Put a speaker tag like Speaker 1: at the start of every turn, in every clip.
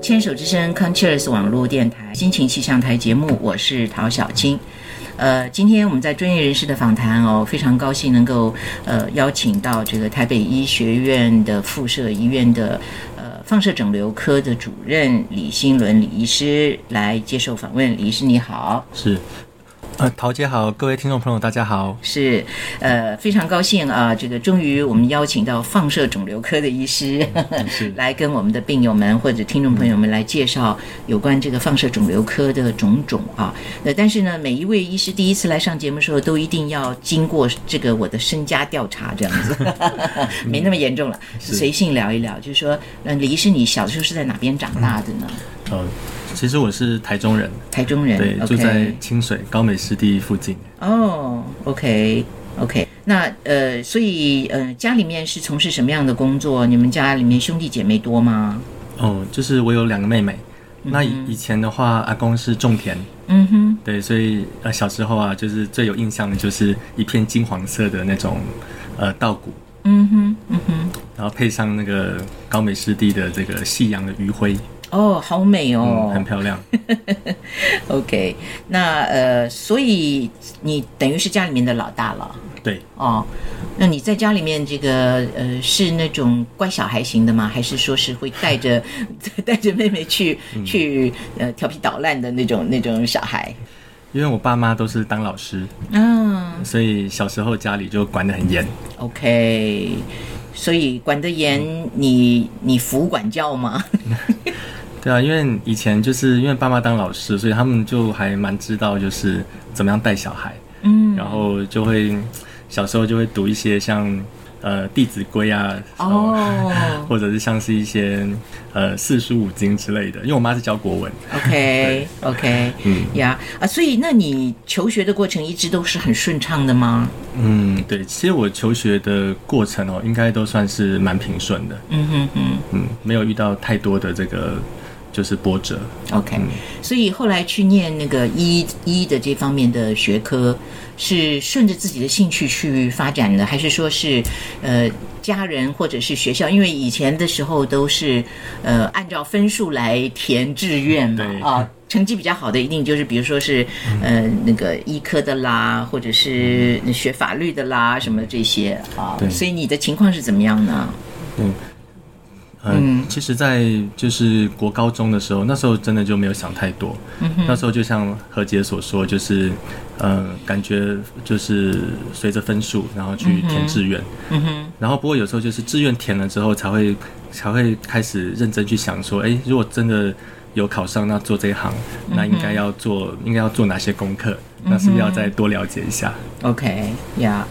Speaker 1: 牵手之声 c o n c h e r s 网络电台心情气象台节目，我是陶小青。呃，今天我们在专业人士的访谈哦，非常高兴能够呃邀请到这个台北医学院的附设医院的呃放射肿瘤科的主任李新伦李医师来接受访问。李医师你好，
Speaker 2: 是，呃，陶姐好，各位听众朋友大家好，
Speaker 1: 是呃非常高兴啊，这个终于我们邀请到放射肿瘤科的医师
Speaker 2: 是
Speaker 1: 来跟我们的病友们或者听众朋友们来介绍有关这个放射肿瘤科的种种啊。那但是呢，每一位医师第一次来上节目的时候，都一定要经过这个我的身家调查，这样子，
Speaker 2: 嗯
Speaker 1: 没那么严重了，随性聊一聊，就是说，那李医师，你小时候是在哪边长大的呢？
Speaker 2: 呃，其实我是台中人，
Speaker 1: 台中人，
Speaker 2: 对
Speaker 1: o k
Speaker 2: 住在清水高美湿地附近，
Speaker 1: 哦，OK，OK、o k OK，那呃，所以呃，家里面是从事什么样的工作？你们家里面兄弟姐妹多吗？
Speaker 2: 哦、就是我有两个妹妹，那以以前的话，阿公是种田，
Speaker 1: 嗯哼，
Speaker 2: 对，所以呃小时候啊，就是最有印象的就是一片金黄色的那种呃稻谷，
Speaker 1: 嗯哼，嗯哼，
Speaker 2: 然后配上那个高美湿地的这个夕阳的余晖，
Speaker 1: 哦，好美哦
Speaker 2: 嗯，，很漂亮，
Speaker 1: OK，那呃，所以你等于是家里面的老大了
Speaker 2: 对，
Speaker 1: 哦。那你在家里面这个呃是那种乖小孩型的吗？还是说是会带着 带着妹妹去
Speaker 2: 嗯
Speaker 1: 去呃调皮捣烂的那种那种小孩？
Speaker 2: 因为我爸妈都是当老师，
Speaker 1: 嗯
Speaker 2: 所以小时候家里就管得很严，
Speaker 1: ，OK。所以管得严，你你服管教吗？
Speaker 2: 对啊，因为以前就是因为爸妈当老师，所以他们就还蛮知道就是怎么样带小孩，
Speaker 1: 嗯，
Speaker 2: 然后就会小时候就会读一些像呃《弟子规》啊，
Speaker 1: 哦
Speaker 2: 或者是像是一些呃四书五经之类的，因为我妈是教国文，
Speaker 1: ，OK OK，
Speaker 2: 嗯
Speaker 1: 呀啊，所以那你求学的过程一直都是很顺畅的吗？
Speaker 2: 嗯，对，其实我求学的过程哦，应该都算是蛮平顺的，
Speaker 1: 嗯哼哼。
Speaker 2: 嗯，没有遇到太多的这个就是波折，
Speaker 1: OK，、所
Speaker 2: 嗯
Speaker 1: 以后来去念那个医医的这方面的学科，是顺着自己的兴趣去发展的，还是说是呃家人或者是学校？因为以前的时候都是呃按照分数来填志愿嘛
Speaker 2: 对，
Speaker 1: 啊，成绩比较好的一定就是比如说是呃那个医科的啦，或者是学法律的啦，什么这些啊。
Speaker 2: 对
Speaker 1: 所以你的情况是怎么样呢？
Speaker 2: 嗯，嗯，其实，在就是国高中的时候，那时候真的就没有想太多。
Speaker 1: 嗯
Speaker 2: 那时候就像何姐所说，就是呃，感觉就是随着分数，然后去填志愿。
Speaker 1: 嗯哼，
Speaker 2: 然后不过有时候就是志愿填了之后，才会才会开始认真去想说，哎，如果真的有考上，那做这一行，那应
Speaker 1: 嗯
Speaker 2: 该要做应该要做哪些功课？那是不是要再多了解一下？
Speaker 1: OK 呀、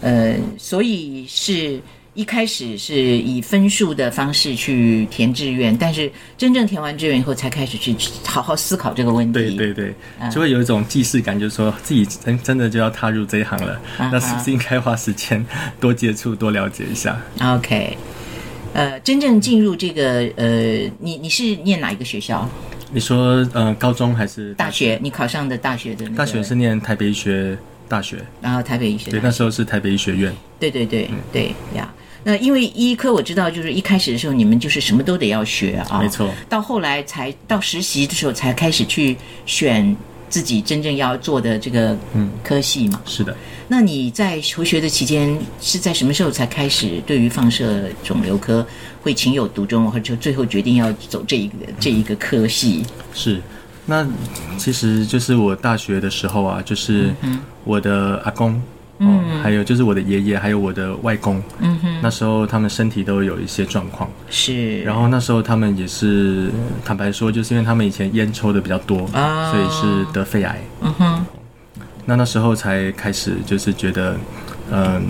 Speaker 1: 呃，所以是一开始是以分数的方式去填志愿，但是真正填完志愿以后，才开始去好好思考这个问题。
Speaker 2: 对对对，
Speaker 1: 嗯
Speaker 2: 就会有一种既视感，就是说自己真真的就要踏入这一行了，
Speaker 1: 嗯
Speaker 2: 那是不是应该花时间多接触、多了解一下？
Speaker 1: OK，呃，真正进入这个呃，你你是念哪一个学校？
Speaker 2: 你说，呃，高中还是
Speaker 1: 大？学？你考上的大学的、那个？
Speaker 2: 大学是，念台北医学大学，
Speaker 1: 然后台北医学
Speaker 2: 对，
Speaker 1: 大学。
Speaker 2: 那时候是台北医学嗯院，
Speaker 1: 对对对对呀。那因为医科我知道，就是一开始的时候你们就是什么都得要学啊，
Speaker 2: 没错。
Speaker 1: 到后来才到实习的时候才开始去选自己真正要做的这个科系嘛。
Speaker 2: 是的，
Speaker 1: 那你在求学的期间是在什么时候才开始对于放射肿瘤科会情有独钟，或者就最后决定要走这一个这一个科系？
Speaker 2: 是。那其实就是我大学的时候啊，就是
Speaker 1: 嗯
Speaker 2: 我的阿公，嗯，还有就是我的爷爷，还有我的外公，
Speaker 1: 嗯哼，
Speaker 2: 那时候他们身体都有一些状况，
Speaker 1: 是，
Speaker 2: 然后那时候他们也是坦白说，就是因为他们以前烟抽的比较多，
Speaker 1: 啊
Speaker 2: 所以是得肺癌。
Speaker 1: 嗯哼，
Speaker 2: 那那时候才开始就是觉得，嗯，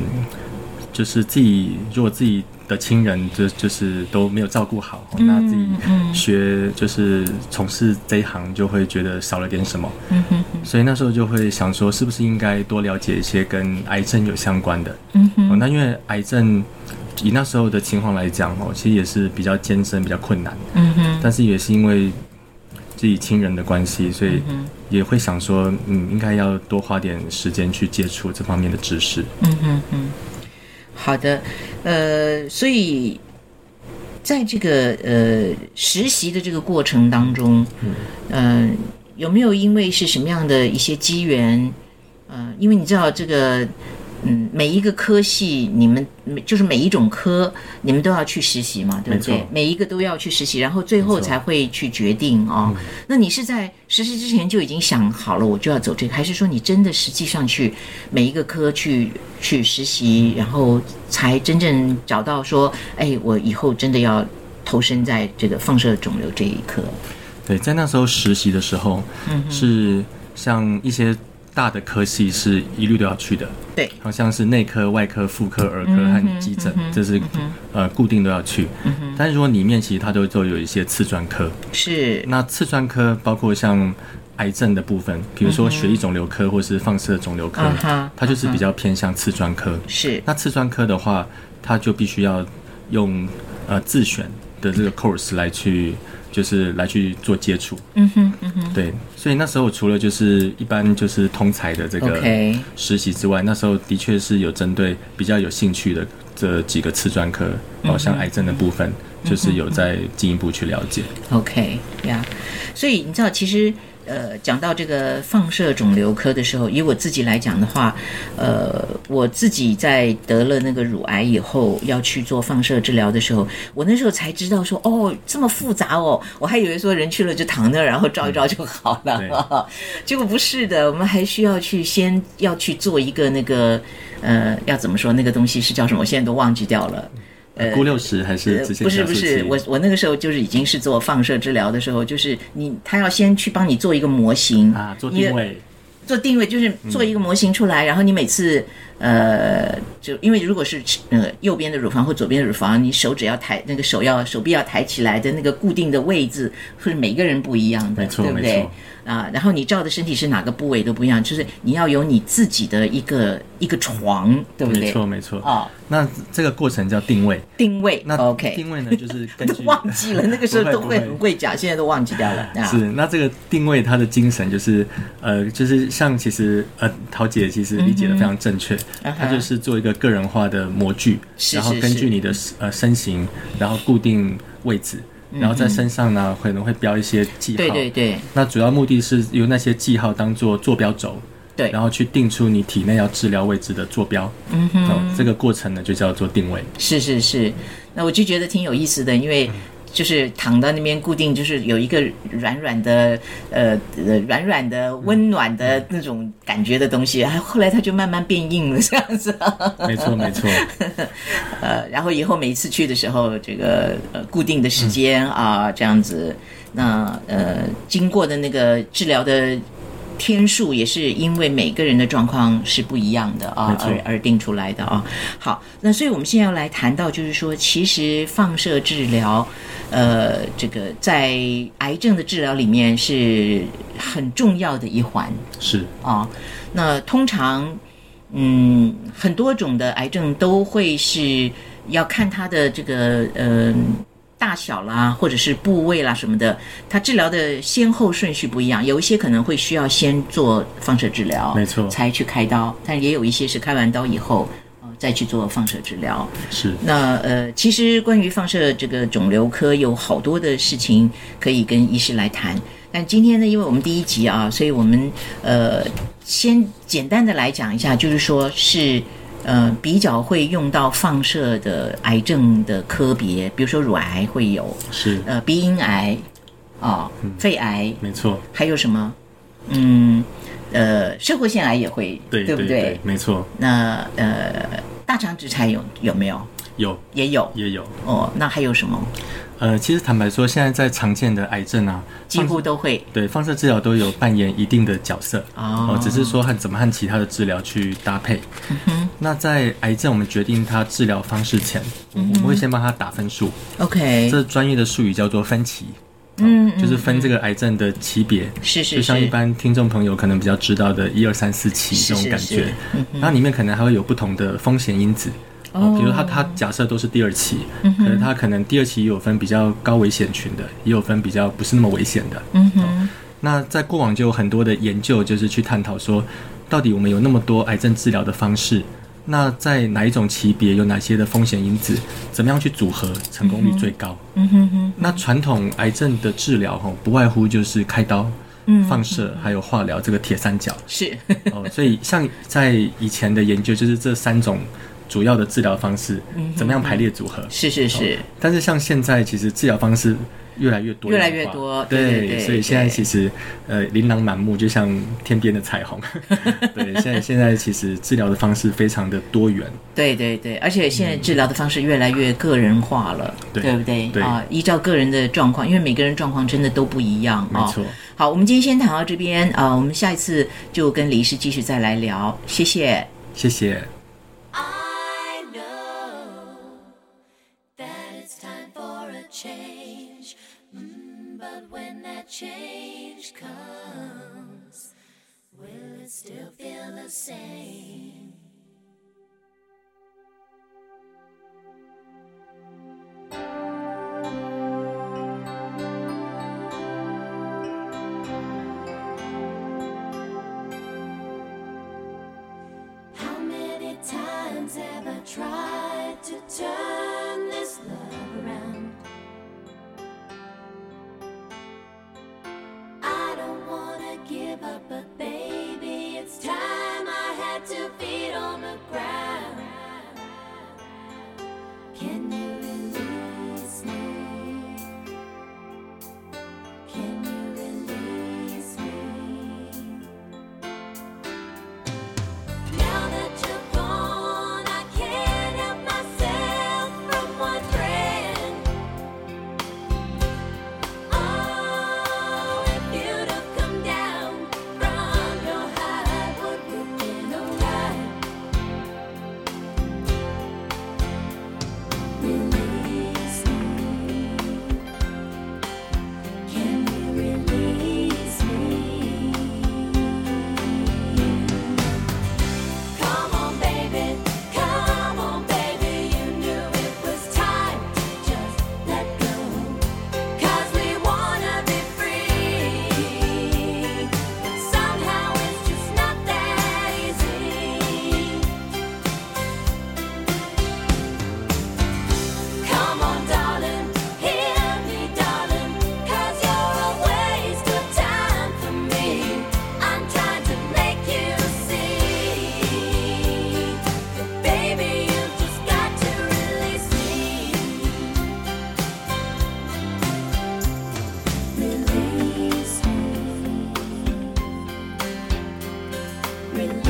Speaker 2: 就是自己如果自己的亲人就就是都没有照顾好，
Speaker 1: 嗯
Speaker 2: 那自己学就是从事这一行就会觉得少了点什么。
Speaker 1: 嗯哼，
Speaker 2: 所以那时候就会想说，是不是应该多了解一些跟癌症有相关的？
Speaker 1: 嗯哼，
Speaker 2: 哦，那因为癌症以那时候的情况来讲哦，其实也是比较艰深、比较困难，
Speaker 1: 嗯哼，
Speaker 2: 但是也是因为自己亲人的关系，所以
Speaker 1: 嗯
Speaker 2: 也会想说，嗯，应该要多花点时间去接触这方面的知识。
Speaker 1: 嗯哼哼。好的，呃，所以在这个呃实习的这个过程当中，呃，有没有因为是什么样的一些机缘？呃，因为你知道这个，嗯，每一个科系，你们每就是每一种科，你们都要去实习嘛，对不
Speaker 2: 没
Speaker 1: 对
Speaker 2: 错？
Speaker 1: 每一个都要去实习，然后最后
Speaker 2: 没错嗯
Speaker 1: 才会去决定哦。那你是在实习之前就已经想好了，我就要走这个，还是说你真的实际上去每一个科去去实习，然后才真正找到说，哎，我以后真的要投身在这个放射肿瘤这一科？
Speaker 2: 对，在那时候实习的时候，
Speaker 1: 嗯
Speaker 2: 是像一些大的科系是一律都要去的，
Speaker 1: 对，
Speaker 2: 好像是内科、外科、妇科、儿科
Speaker 1: 嗯
Speaker 2: 和急诊，这是呃固定都要去。但是如果里面其实它都都有一些次专科，
Speaker 1: 是，
Speaker 2: 那次专科包括像癌症的部分，比如说血液肿瘤科或是放射肿瘤科
Speaker 1: 嗯哼，
Speaker 2: 它就是比较偏向次专科。
Speaker 1: 是，
Speaker 2: 那次专科的话，它就必须要用呃自选的这个 course 来去，就是来去做接触。
Speaker 1: 嗯哼，嗯哼
Speaker 2: 对，所以那时候除了就是一般就是通才的这个
Speaker 1: ，OK，
Speaker 2: 实习之外，那时候的确是有针对比较有兴趣的这几个次专科，
Speaker 1: 嗯
Speaker 2: 哦，像癌症的部分，就是有在进一步去了解。
Speaker 1: OK 呀、所以你知道，其实呃，讲到这个放射肿瘤科的时候，以我自己来讲的话，呃，我自己在得了那个乳癌以后，要去做放射治疗的时候，我那时候才知道说，哦，这么复杂哦，我还以为说人去了就躺那儿，然后照一照就好了，结果不是的，我们还需要去先要去做一个那个呃，要怎么说那个东西是叫什么？我现在都忘记掉了。
Speaker 2: 呃，钴六十还是直线
Speaker 1: 不是
Speaker 2: 加速
Speaker 1: 不
Speaker 2: 器？
Speaker 1: 是，我我那个时候就是已经是做放射治疗的时候，就是你他要先去帮你做一个模型
Speaker 2: 啊，做
Speaker 1: 你的
Speaker 2: 定位，
Speaker 1: 做定位就是做一个模型出来，然后你每次呃，就因为如果是呃右边的乳房或左边的乳房，你手指要抬那个手要手臂要抬起来的那个固定的位置，是每个人不一样的，
Speaker 2: 没错
Speaker 1: 对不
Speaker 2: 没
Speaker 1: 对
Speaker 2: 错？
Speaker 1: 啊，然后你照的身体是哪个部位都不一样，就是你要有你自己的一个一个床，对不对？
Speaker 2: 没错没错。
Speaker 1: 啊，
Speaker 2: 那这个过程叫定位，
Speaker 1: 定位
Speaker 2: 那
Speaker 1: 哦 OK，
Speaker 2: 定位呢就是根
Speaker 1: 都
Speaker 2: 据
Speaker 1: 忘记了，那个时候都
Speaker 2: 不
Speaker 1: 会
Speaker 2: 会
Speaker 1: 很
Speaker 2: 不会
Speaker 1: 会讲，现在都忘记掉了。啊
Speaker 2: 哎是，那这个定位它的精神就是，呃，就是像其实呃，桃姐其实理解的非常正确，
Speaker 1: 嗯哼
Speaker 2: 它就是做一个个人化的模具，
Speaker 1: 是
Speaker 2: 然后
Speaker 1: 是
Speaker 2: 根
Speaker 1: 是
Speaker 2: 据你的呃身形，然后固定位置，然后在身上呢可能会标一些记
Speaker 1: 嗯
Speaker 2: 号，
Speaker 1: 对对对
Speaker 2: 那主要目的是由那些记号当做坐标轴，
Speaker 1: 对
Speaker 2: 然，后去定出你体内要治疗位置的坐标，嗯哼，这个过程呢就叫做定位，
Speaker 1: 是是是。那我就觉得挺有意思的，因
Speaker 2: 嗯
Speaker 1: 为就是躺到那边固定，就是有一个软软的呃呃软软的温暖
Speaker 2: 嗯
Speaker 1: 的那种感觉的东西，然后后来它就慢慢变硬了这样子。
Speaker 2: 没错 没错，
Speaker 1: 呃，然后以后每一次去的时候，这个呃固定的时间啊、这样子，那呃经过的那个治疗的天数也是因为每个人的状况是不一样的啊
Speaker 2: 没，错
Speaker 1: 而而定出来的啊。好，那所以我们现在要来谈到，就是说，其实放射治疗，呃，这个在癌症的治疗里面是很重要的一环。
Speaker 2: 是。
Speaker 1: 啊、那通常，嗯，很多种的癌症都会是要看它的这个呃大小啦，或者是部位啦什么的，它治疗的先后顺序不一样。有一些可能会需要先做放射治疗，
Speaker 2: 没错
Speaker 1: 才去开刀，但也有一些是开完刀以后。呃再去做放射治疗。
Speaker 2: 是
Speaker 1: 那呃，其实关于放射这个肿瘤科有好多的事情可以跟医师来谈。但今天呢，因为我们第一集啊，所以我们呃先简单的来讲一下，就是说是呃比较会用到放射的癌症的科别，比如说乳癌会有，
Speaker 2: 是，
Speaker 1: 呃鼻咽癌啊、
Speaker 2: 嗯
Speaker 1: 肺癌，
Speaker 2: 没错，
Speaker 1: 还有什么？嗯，呃，社会腺癌也会，
Speaker 2: 对
Speaker 1: 不
Speaker 2: 对对，没错，
Speaker 1: 那呃，大肠直肠有有没有？
Speaker 2: 有
Speaker 1: 也有
Speaker 2: 也有。
Speaker 1: 哦，那还有什么？
Speaker 2: 呃，其实坦白说，现在在常见的癌症啊，
Speaker 1: 几乎都会
Speaker 2: 对放射治疗都有扮演一定的角色
Speaker 1: 哦嗯
Speaker 2: 只是说和怎么和其他的治疗去搭配。那在癌症我们决定它治疗方式前，我
Speaker 1: 嗯
Speaker 2: 们会先帮它打分数，
Speaker 1: OK，
Speaker 2: 这专业的术语叫做分级。嗯，就是分这个癌症的级别，
Speaker 1: 是是
Speaker 2: 就像
Speaker 1: 嗯
Speaker 2: 一
Speaker 1: 是，
Speaker 2: 般听众朋友可能比较知道的一二三四期
Speaker 1: 是
Speaker 2: 这种感
Speaker 1: 是嗯
Speaker 2: 觉
Speaker 1: 是，
Speaker 2: 然后里面可能还会有不同的风险因子。哦，比如他他假设都是第二期，
Speaker 1: 嗯
Speaker 2: 可能他可能第二期也有分比较高危险群的，也有分比较不是那么危险的。嗯哼。那在过往就有很多的研究，就是去探讨说，到底我们有那么多癌症治疗的方式，那在哪一种级别有哪些的风险因子，怎么样去组合成功率最高？
Speaker 1: 嗯哼哼，
Speaker 2: 那传统癌症的治疗吼，不外乎就是开刀、
Speaker 1: 嗯
Speaker 2: 放射还有化疗这个铁三角。
Speaker 1: 是，
Speaker 2: 哦，所以像在以前的研究，就是这三种主要的治疗方式，
Speaker 1: 嗯
Speaker 2: 怎么样排列组合？哦
Speaker 1: 是是是，
Speaker 2: 但是像现在，其实治疗方式越来越多
Speaker 1: 越
Speaker 2: 元
Speaker 1: 来
Speaker 2: 化，
Speaker 1: 越多
Speaker 2: 对
Speaker 1: 对对对
Speaker 2: 所以现在其实呃琳琅满目，就像天边的彩虹。 对，现在现在其实治疗的方式非常的多元，
Speaker 1: 对对对，而且现在治疗的方式越来越个人化了，
Speaker 2: 对
Speaker 1: 不对？
Speaker 2: 对
Speaker 1: 啊，依照个人的状况，因为每个人状况真的都不一样
Speaker 2: 没
Speaker 1: 啊。
Speaker 2: 错。
Speaker 1: 好，我们今天先谈到这边啊、呃我们下一次就跟李医师继续再来聊，谢谢。
Speaker 2: 谢谢。
Speaker 3: I know that it's time for a change. Mm, but when that change comes, will it still feel the same? How many times have I tried to turn this love around? I don't wanna give up, but baby, it's time I had two feet on the ground. Can you release me? Can you release me? Now that you're gone, I can't help myself from wondering. Oh, if you'd have come down from your height, would have been alright. Release me. Can you release me? Come on, baby. Come on, baby. You knew it was time to just let go. 'Cause we wanna be free. Somehow it's just not that easy. Come on, darling. Hear me, darling. 'Cause you're a waste of time for me. I'm trying to make you see. Baby, you just got to release me. Release me. Release Oh, Oh, Oh,